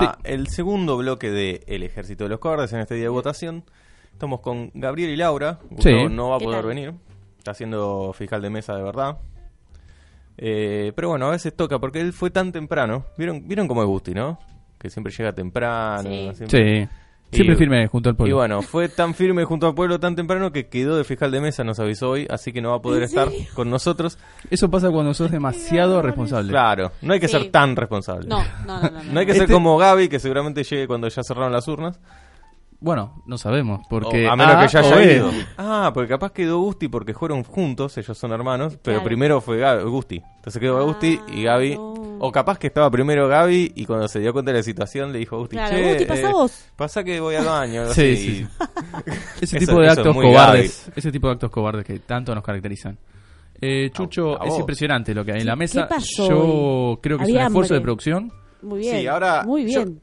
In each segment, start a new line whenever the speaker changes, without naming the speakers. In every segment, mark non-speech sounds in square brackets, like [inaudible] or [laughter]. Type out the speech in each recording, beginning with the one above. Ah, el segundo bloque de El Ejército de los Cordes en este día de votación. Estamos con Gabriel y Laura. Gustavo
Sí.
no va a
¿Qué
poder
tal?
venir. Está siendo fiscal de mesa de verdad. Eh, pero bueno, a veces toca porque él fue tan temprano. ¿Vieron, vieron cómo es Gusti, no? Que siempre llega temprano.
Sí.
siempre-
Sí. Siempre
Y-
firme junto al
Y
pueblo.
bueno, fue tan firme junto al pueblo tan temprano que quedó de fiscal de mesa, nos avisó hoy, así que no va a poder estar con nosotros.
Eso pasa cuando sos demasiado responsable.
Claro, no hay que
Sí.
ser tan responsable.
No, no, no, no.
No hay que ser
Este-
como Gaby, que seguramente llegue cuando ya cerraron las urnas.
Bueno, no sabemos, porque...
O a menos
Ah,
que ya
o
haya
B.
ido. Ah, porque capaz quedó Gusti porque fueron juntos, ellos son hermanos, pero
Claro.
primero fue Ga- Gusti. Entonces quedó
Ah,
Gusti y Gaby.
no.
O capaz que estaba primero Gaby y cuando se dio cuenta de la situación le dijo a Gusti,
Claro,
"Che,
Gusti, pasá
eh,
vos".
pasa que voy al baño. algo
Sí,
así,
sí,
y-
sí. Ese
Eso-
tipo de
eso es
actos
muy
cobardes. Ese tipo de actos cobardes que tanto nos caracterizan. Eh, Chucho,
a
es
vos.
impresionante lo que hay en la
¿Qué-
mesa.
qué pasó
Yo
hoy?
creo que es
Había
un esfuerzo
hambre.
de producción.
Muy bien.
Sí, ahora
Muy
yo-
bien.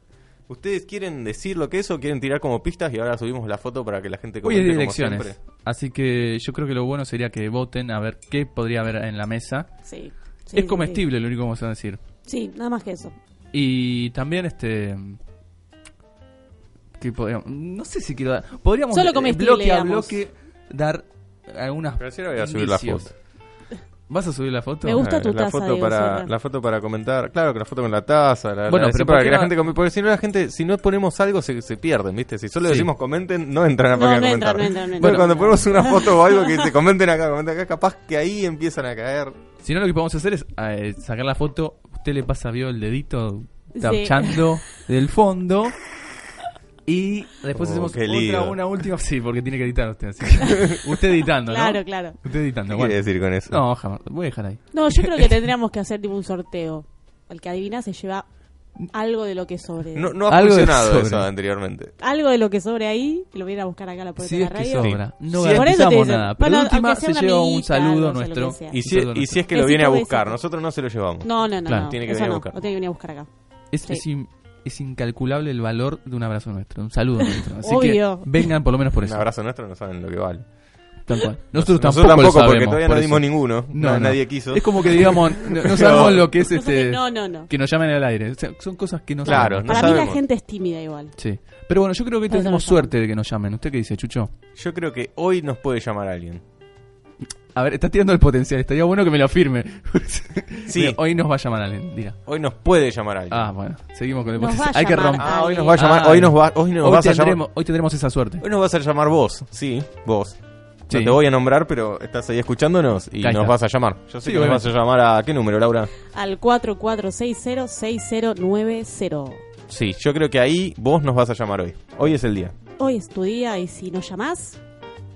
¿Ustedes quieren decir lo que es o quieren tirar como pistas y ahora subimos la foto para que la gente
Hoy es
comente
de
como
elecciones.
siempre?
Así que yo creo que lo bueno sería que voten a ver qué podría haber en la mesa.
Sí, sí,
es
sí,
comestible, lo único que vamos a decir.
Sí, nada más que eso.
Y también este. que podríamos- no sé si quiero dar. Podríamos
Solo
eh,
comestible,
bloque a
digamos.
bloque dar algunas.
Pero si ahora voy a subir la
indicios.
foto.
¿Vas a subir la foto?
Me gusta
Eh,
tu
la
taza,
foto
Diego
para
Sierra.
la foto para comentar claro que la foto con la taza la-
Bueno,
la-
pero ¿por
para
qué
que la
no?
gente comente, porque si no la gente si no ponemos algo se, se pierden viste si solo
Sí.
decimos comenten no entran a
No,
página
no
a
entran,
comentar
no entran, no entran.
bueno cuando
No.
ponemos una foto o algo que
[laughs]
dice comenten acá comenten acá capaz que ahí empiezan a caer
Si no, lo que podemos hacer es eh, sacar la foto. Usted le pasa, vio el dedito
Sí.
tapchando del fondo. Y después
Oh,
hacemos
qué
otra,
lío.
una última. Sí, porque tiene que editar usted. así
[laughs]
que- usted editando, ¿no?
Claro, claro.
Usted
qué
editando,
quiere
bueno.
decir con eso
No, jamás. Voy a dejar ahí.
No, yo creo que tendríamos que hacer tipo un sorteo. El que adivina se lleva algo de lo que sobre.
no, no ha
Algo de
funcionado
sobre.
eso anterioramente
Algo de lo que sobre ahí, que lo viene a buscar acá a la puerta
Si
de
es
la
que
radio.
sobra. No
Sí.
Por eso te
garantizamos
dicen,
nada. Pero
bueno,
de última
aunque sea
se
una
lleva un
amiguita,
saludo
no sé, lo que
nuestro.
sea.
y si, y si es que lo
Besito,
viene a
besito.
buscar nosotros no se lo llevamos
No, no, no.
Claro.
no.
Tiene que
Eso
venir a
no,
buscar.
lo tiene que venir a buscar acá.
Es,
Sí.
es in- es incalculable el valor de un abrazo nuestro, un saludo nuestro. Así
Obvio.
que vengan por lo menos por
un
eso.
abrazo nuestro no saben lo que vale
Tal cual. Nosotros,
Nosotros
tampoco, lo
tampoco, porque
sabemos,
todavía
por
no
eso.
dimos ninguno.
No,
Na-
no.
Nadie quiso.
Es como que digamos,
[laughs]
no, no sabemos lo que es
No,
este.
no, no, no.
Que nos llamen al aire. O sea, son cosas que no
Claro,
sabemos.
no
Para mí la
sabemos.
gente es tímida igual.
Sí. Pero bueno, yo creo que
Eso no
tenemos
sabemos.
suerte de que nos llamen. ¿Usted qué dice, Chucho?
Yo creo que hoy nos puede llamar alguien.
A ver, está tirando el potencial. Estaría bueno que me lo [laughs] firme.
Sí.
Pero hoy nos va a llamar alguien, dirá.
Hoy nos puede llamar alguien.
Ah, bueno, seguimos con el
Nos
potencial.
va a
Hay que
llamar.
romper.
Ah, hoy nos va a llamar,
Ah.
hoy nos va, hoy nos
Hoy
vas
tendremos,
a llamar.
hoy tendremos esa suerte.
Hoy nos vas a llamar vos, sí, vos.
Sí.
No te voy a nombrar, pero estás ahí escuchándonos y
Ahí
nos
está.
vas a llamar. Yo sé
Sí,
que nos vas
obviamente.
a llamar a qué número, Laura.
Al 4460-6090.
Sí, yo creo que ahí vos nos vas a llamar hoy. Hoy es el día.
Hoy es tu día y si nos llamás,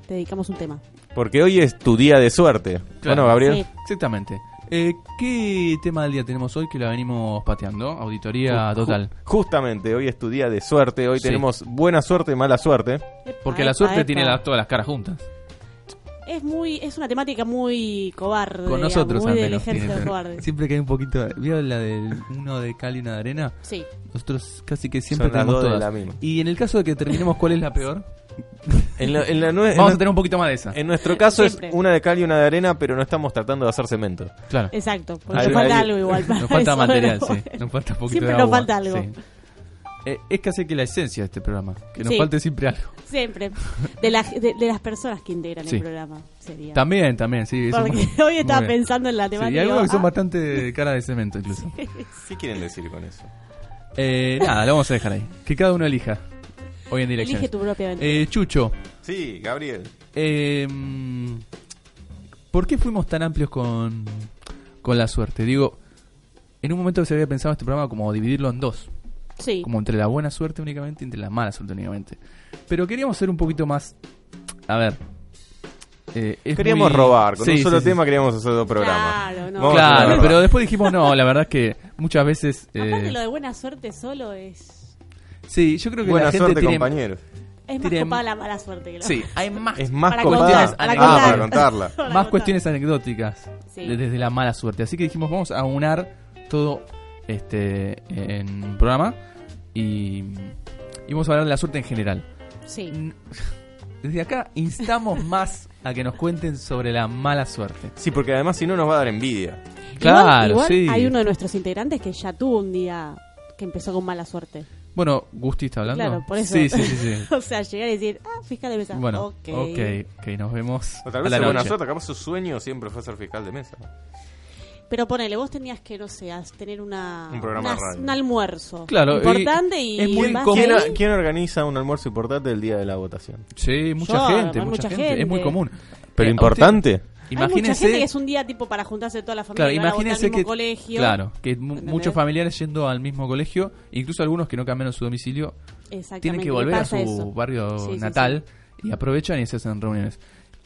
te dedicamos un tema.
Porque hoy es tu día de suerte.
Claro.
Bueno, Gabriel.
Sí.
Exactamente. Eh, ¿Qué tema del día tenemos hoy que la venimos pateando? Auditoría
ju-
total.
Justamente, hoy es tu día de suerte. Hoy
Sí.
tenemos buena suerte y mala suerte.
Porque
Epa,
la
epa,
suerte
epa.
tiene la- todas las caras juntas.
Es muy, es una temática muy cobarde.
Con nosotros
digamos, muy
al
del
menos.
ejército
tiene-
de cobardes.
Siempre que hay un poquito... ¿Vieron la del uno de cal y una de arena?
Sí.
Nosotros casi que siempre
Son las
tenemos
dos de
todas.
la misma.
Y en el caso de que terminemos cuál es
[laughs]
la peor,
En, la- en la nue- en
vamos
la-
a tener un poquito más de esa.
en nuestro caso
Siempre.
es una de cal y una de arena, pero no estamos tratando de hacer cemento.
Claro.
Exacto. Porque
Ahí-
nos falta
ahí-
algo igual. para
Nos falta
eso,
material,
pero
sí.
bueno.
Nos falta un poquito
Siempre
de
nos
agua,
falta algo.
sí. Eh, es casi que la esencia de este programa. Que nos
Sí.
falte siempre algo.
[laughs] Siempre. De, la- de- de las personas que integran
Sí.
el programa. Sería.
También, también, sí. eso
Porque
muy-
[laughs] hoy estaba
muy bien.
pensando en la
Sí,
temática.
y algunos que son
ah,
bastante cara de cemento
[laughs]
incluso.
¿Qué quieren decir con eso?
Eh, nada, lo vamos a dejar ahí. Que cada uno elija. Hoy en dirección.
Elige tu propia aventura.
Eh, Chucho,
Sí, Gabriel.
eh, mm, ¿por qué fuimos tan amplios con, con la suerte? Digo, en un momento se había pensado este programa como dividirlo en dos.
sí.
Como entre la buena suerte únicamente y entre la mala suerte únicamente. Pero queríamos ser un poquito más... A ver. eh, es
Queríamos
muy-
robar, con
Sí,
un
sí,
solo
sí.
tema queríamos hacer dos programas.
Claro, no.
Vamos a hacer
Claro,
dos
pero
programas.
después dijimos, no, la verdad es que muchas veces...
Aparte,
eh,
lo de buena suerte solo es.
Sí, yo creo que
Buena
la gente
suerte,
tiene...
compañeros.
Es más
Tirem-
copada la mala suerte que la
Sí, hay más,
Es más
Para
copada.
contar,
Ah,
para
para
contar.
contarla.
[laughs] Para
más
contar.
cuestiones anecdóticas
Sí.
de- desde la mala suerte. Así que dijimos, vamos a unar todo este en un programa y, y vamos a hablar de la suerte en general.
Sí.
N- Desde acá
[laughs]
instamos más a que nos cuenten sobre la mala suerte.
Sí, porque además si no nos va a dar envidia.
Igual-
Claro,
igual
sí.
Hay uno de nuestros integrantes que ya tuvo un día que empezó con mala suerte.
Bueno, Gusti está hablando.
Claro, por eso.
Sí, sí, sí.
[laughs]
sí.
o sea, llegar y decir, ah, fiscal de mesa.
Bueno,
ok.
ok, ok, nos vemos.
O tal
a
vez
la
es buena
noche.
suerte, capaz su sueño siempre fue ser fiscal de mesa.
Pero ponele, vos tenías que, no sé, as- tener una,
Un programa
una-
de radio.
un almuerzo.
Claro,
Importante y,
y es muy
vas
común.
¿Quién,
ahí.
quién organiza un almuerzo importante el día de la votación?
Sí, mucha
Yo,
gente,
hay
mucha,
mucha
gente. Es
gente.
muy común.
Pero
Eh,
importante.
usted-
Hay
Imagínense,
mucha gente que es un día tipo para juntarse toda la familia
claro,
y van a votar al
imagínense
mismo
que
colegio.
claro, que mu-
¿Entendés?
muchos familiares yendo al mismo colegio, incluso algunos que no cambiaron su domicilio,
Exactamente.
tienen que
le
volver a su
pasa eso.
barrio
Sí, sí,
natal y aprovechan y se hacen reuniones.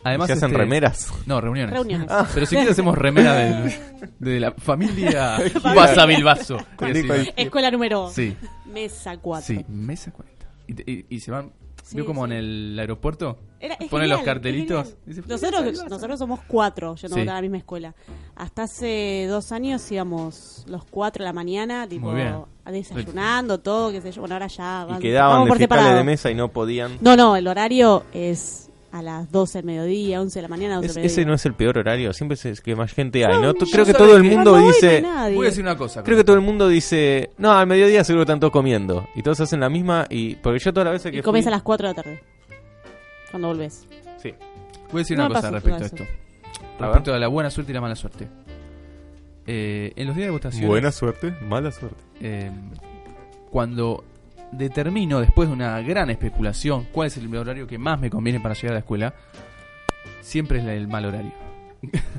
Además
¿Se hacen
este,
remeras?
Ah,
Ah.
No, reuniones.
Reuniones.
Pero si quieres hacemos remera de, de la familia
[laughs] Familia.
Guasavilbaso. Y
Con-
así
con-
va.
Escuela número
Sí.
Mesa 4.
Sí, mesa 40. Y, te- y- y se van.
Sí,
¿Vio como
sí.
en el aeropuerto?
Era- es
Ponen
genial,
los cartelitos.
es genial.
Dice,
Nosotros, nosotros somos cuatro, yo no
Sí.
a la misma escuela. Hasta hace dos años íbamos los cuatro de la mañana, tipo,
Muy bien.
a- desayunando, todo, qué sé yo. Bueno, ahora ya
Y
van-
quedaban
vamos
de
por
fiscales
separado.
de mesa y no podían.
No, no, el horario es a las 12 del mediodía, 11 de la mañana, 12
Es-
del
ese
mediodía.
no es el peor horario, siempre es que más gente hay, ¿no?
yo
creo que
sabía
todo el
que-
mundo
Cuando voy no hay
dice...
nadie.
Voy a decir una cosa.
Creo que todo el mundo dice, no, al mediodía seguro están todos comiendo. Y todos hacen la misma y... Porque yo todas las veces que...
Y comes
fui-
a las 4 de la tarde. Cuando volvés.
Sí.
Voy a decir
No
una
me
cosa
pasó
respecto a
todo
esto.
eso.
A
Respecto a la buena suerte y la mala suerte. Eh, en los días de votación.
suerte, mala suerte.
eh, cuando determino después de una gran especulación cuál es el horario que más me conviene para llegar a la escuela, siempre es la- el mal horario.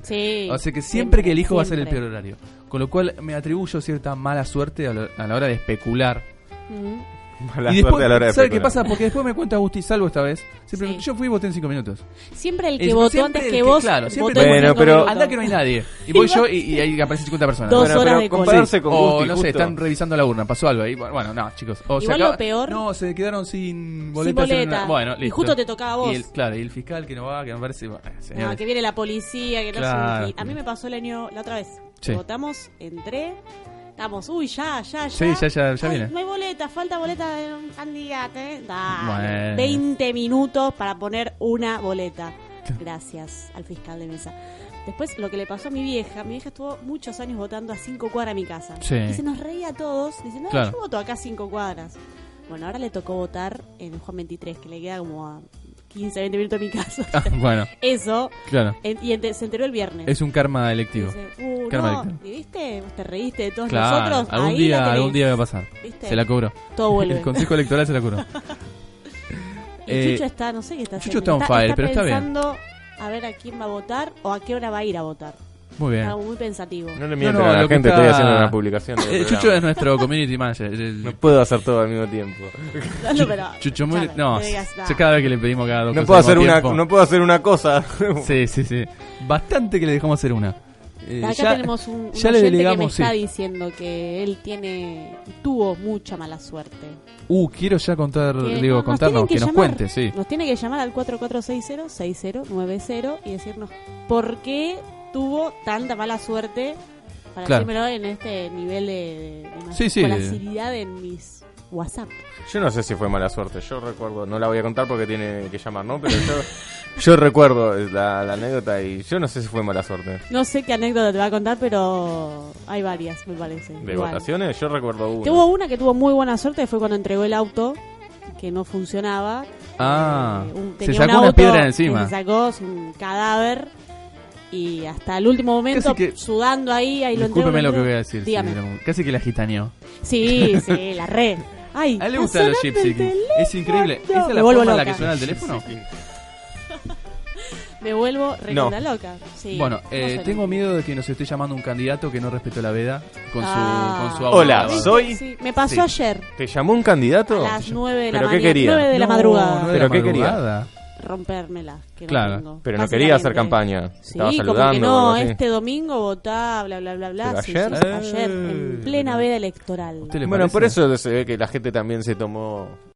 Sí.
O sea que siempre que elijo va a ser el
siempre.
peor horario. Con lo cual me atribuyo cierta mala suerte a la, a la hora de especular.
Ujú.
Mala suerte
y después,
a la hora de
¿sabe qué
preparar.
pasa? Porque después me cuenta Agustín Salvo esta vez. Siempre,
Sí.
Yo fui y voté en cinco minutos.
Siempre el
Es-
que votó
siempre
antes
el
que,
que,
vos.
claro, siempre
votó en
Bueno,
cinco
pero-
minutos.
Anda que no hay nadie. Y voy yo y, y ahí aparecen 50 personas.
Dos
Bueno,
horas
pero
de
compararse con
o
Gusti
Oh, no sé,
justo.
están revisando la urna, pasó algo ahí. Bueno, no, chicos. O se
Igual
acaba-
lo peor-
No, se quedaron sin boletas.
boleta.
en una- Bueno,
Y
listo.
justo te tocaba a vos.
Y el- claro, y el fiscal que no va, que no parece. bueno, eh,
No,
señores.
que viene la policía, que no sé
Claro.
qué. A mí me pasó el año, la otra vez.
Sí.
Votamos, entré, estamos, uy, ya, ya, ya.
Sí, ya, ya, ya
Ay,
viene.
No hay boleta, falta boleta de un candidato. eh. Dale.
Bueno.
20 minutos para poner una boleta. Gracias al fiscal de mesa. Después, lo que le pasó a mi vieja, mi vieja estuvo muchos años votando a cinco cuadras de mi casa.
Sí.
Y se nos reía a todos. Dice, no,
Claro.
yo voto acá a cinco cuadras. Bueno, ahora le tocó votar en Juan 23, que le queda como a 15, 20 minutos de mi casa.
[laughs] Ah, bueno,
Eso,
claro.
en- y ente- se enteró el viernes.
Es un karma
Y
electivo.
dice, uh,
Karma
no,
electro.
¿y viste? Vos te reíste de todos
Claro,
nosotros.
algún
ahí la
día,
tenés.
algún día va a pasar.
¿Viste?
Se la cobró.
Todo vuelve.
[laughs] El Consejo Electoral se la cobró.
Y
Eh,
Chucho está, no sé qué está
Chucho
haciendo.
está on fire, pero está bien.
pensando a ver a quién va a votar o a qué hora va a ir a votar.
Muy bien.
Está muy pensativo. [laughs]
No le mienten
No, no,
a la
lo que
gente,
está-
estoy haciendo una publicación. del
Eh, Chucho
programa.
es nuestro community manager. el- el-
No puedo hacer todo al mismo tiempo.
No, pero,
Chucho muy-
escuchame,
No,
no digas nada.
se- cada vez que le pedimos cada dos
No
cosas
puedo,
al
hacer
mismo
una,
tiempo.
no puedo hacer una cosa.
Sí, sí, sí. Bastante que le dejamos hacer una. Eh,
Acá
ya-
tenemos un, un
ya le
oyente que me
delegamos,
está
sí.
diciendo que él tiene tuvo mucha mala suerte.
Uh, quiero ya contar,
Que
digo,
Eh, no- nos
contarnos, que,
tienen
nos
llamar. Eh,
cuente, sí.
Nos tiene que llamar al 4460-6090 y decirnos por qué tuvo tanta mala suerte para
Claro.
decírmelo en este nivel de, de, de
Sí, sí.
masividad en mis WhatsApp.
[laughs] Yo no sé si fue mala suerte. Yo recuerdo, no la voy a contar porque tiene que llamar, ¿no? [laughs] Pero yo, yo recuerdo la, la anécdota y yo no sé si fue mala suerte.
No sé qué anécdota te va a contar, pero hay varias, me parece.
¿De
Igual.
votaciones? Yo recuerdo una.
Tuvo una que tuvo muy buena suerte, fue cuando entregó el auto que no funcionaba.
Ah,
Eh, un-
se
tenía
sacó
un
una
auto
piedra
que
encima.
Se sacó es un cadáver y hasta el último momento
Casi que-
sudando ahí, ahí lo
Discúlpeme lo
entregó,
que voy a
entregó.
decir. sí,
Dígame.
digamos, casi que la gitaneó.
Sí,
[laughs]
sí, la re. Ay,
A él le
está
gustan los
sonando el
gypsy.
teléfono.
Es increíble. ¿Esa es
Me
la
vuelvo
forma en la
loca.
que suena el teléfono?
Me vuelvo
No.
recontra loca. Sí.
Bueno,
No
eh,
suena.
tengo miedo de que nos esté llamando un candidato que no respetó la veda con su,
Ah.
con su
Hola,
abogado.
¿Viste?
soy-
Sí, Me pasó
Sí.
ayer
¿Te llamó un
a
candidato?
las 9 de la
¿Pero qué
mañana.
quería?
9 de la
No,
madrugada.
no de
¿Pero
la
qué quería?
madrugada.
rompérmela. Que
Claro.
No tengo,
Pero no quería hacer
básicamente.
campaña.
Sí,
Estaba
como que
saludando. o algo
no,
así.
este domingo votá, bla, bla, bla, bla.
¿Pero
Sí,
ayer?
sí, sí, ayer,
Eh.
en plena veda electoral.
¿Usted le
Bueno,
parece?
por eso se ve que la gente también se tomó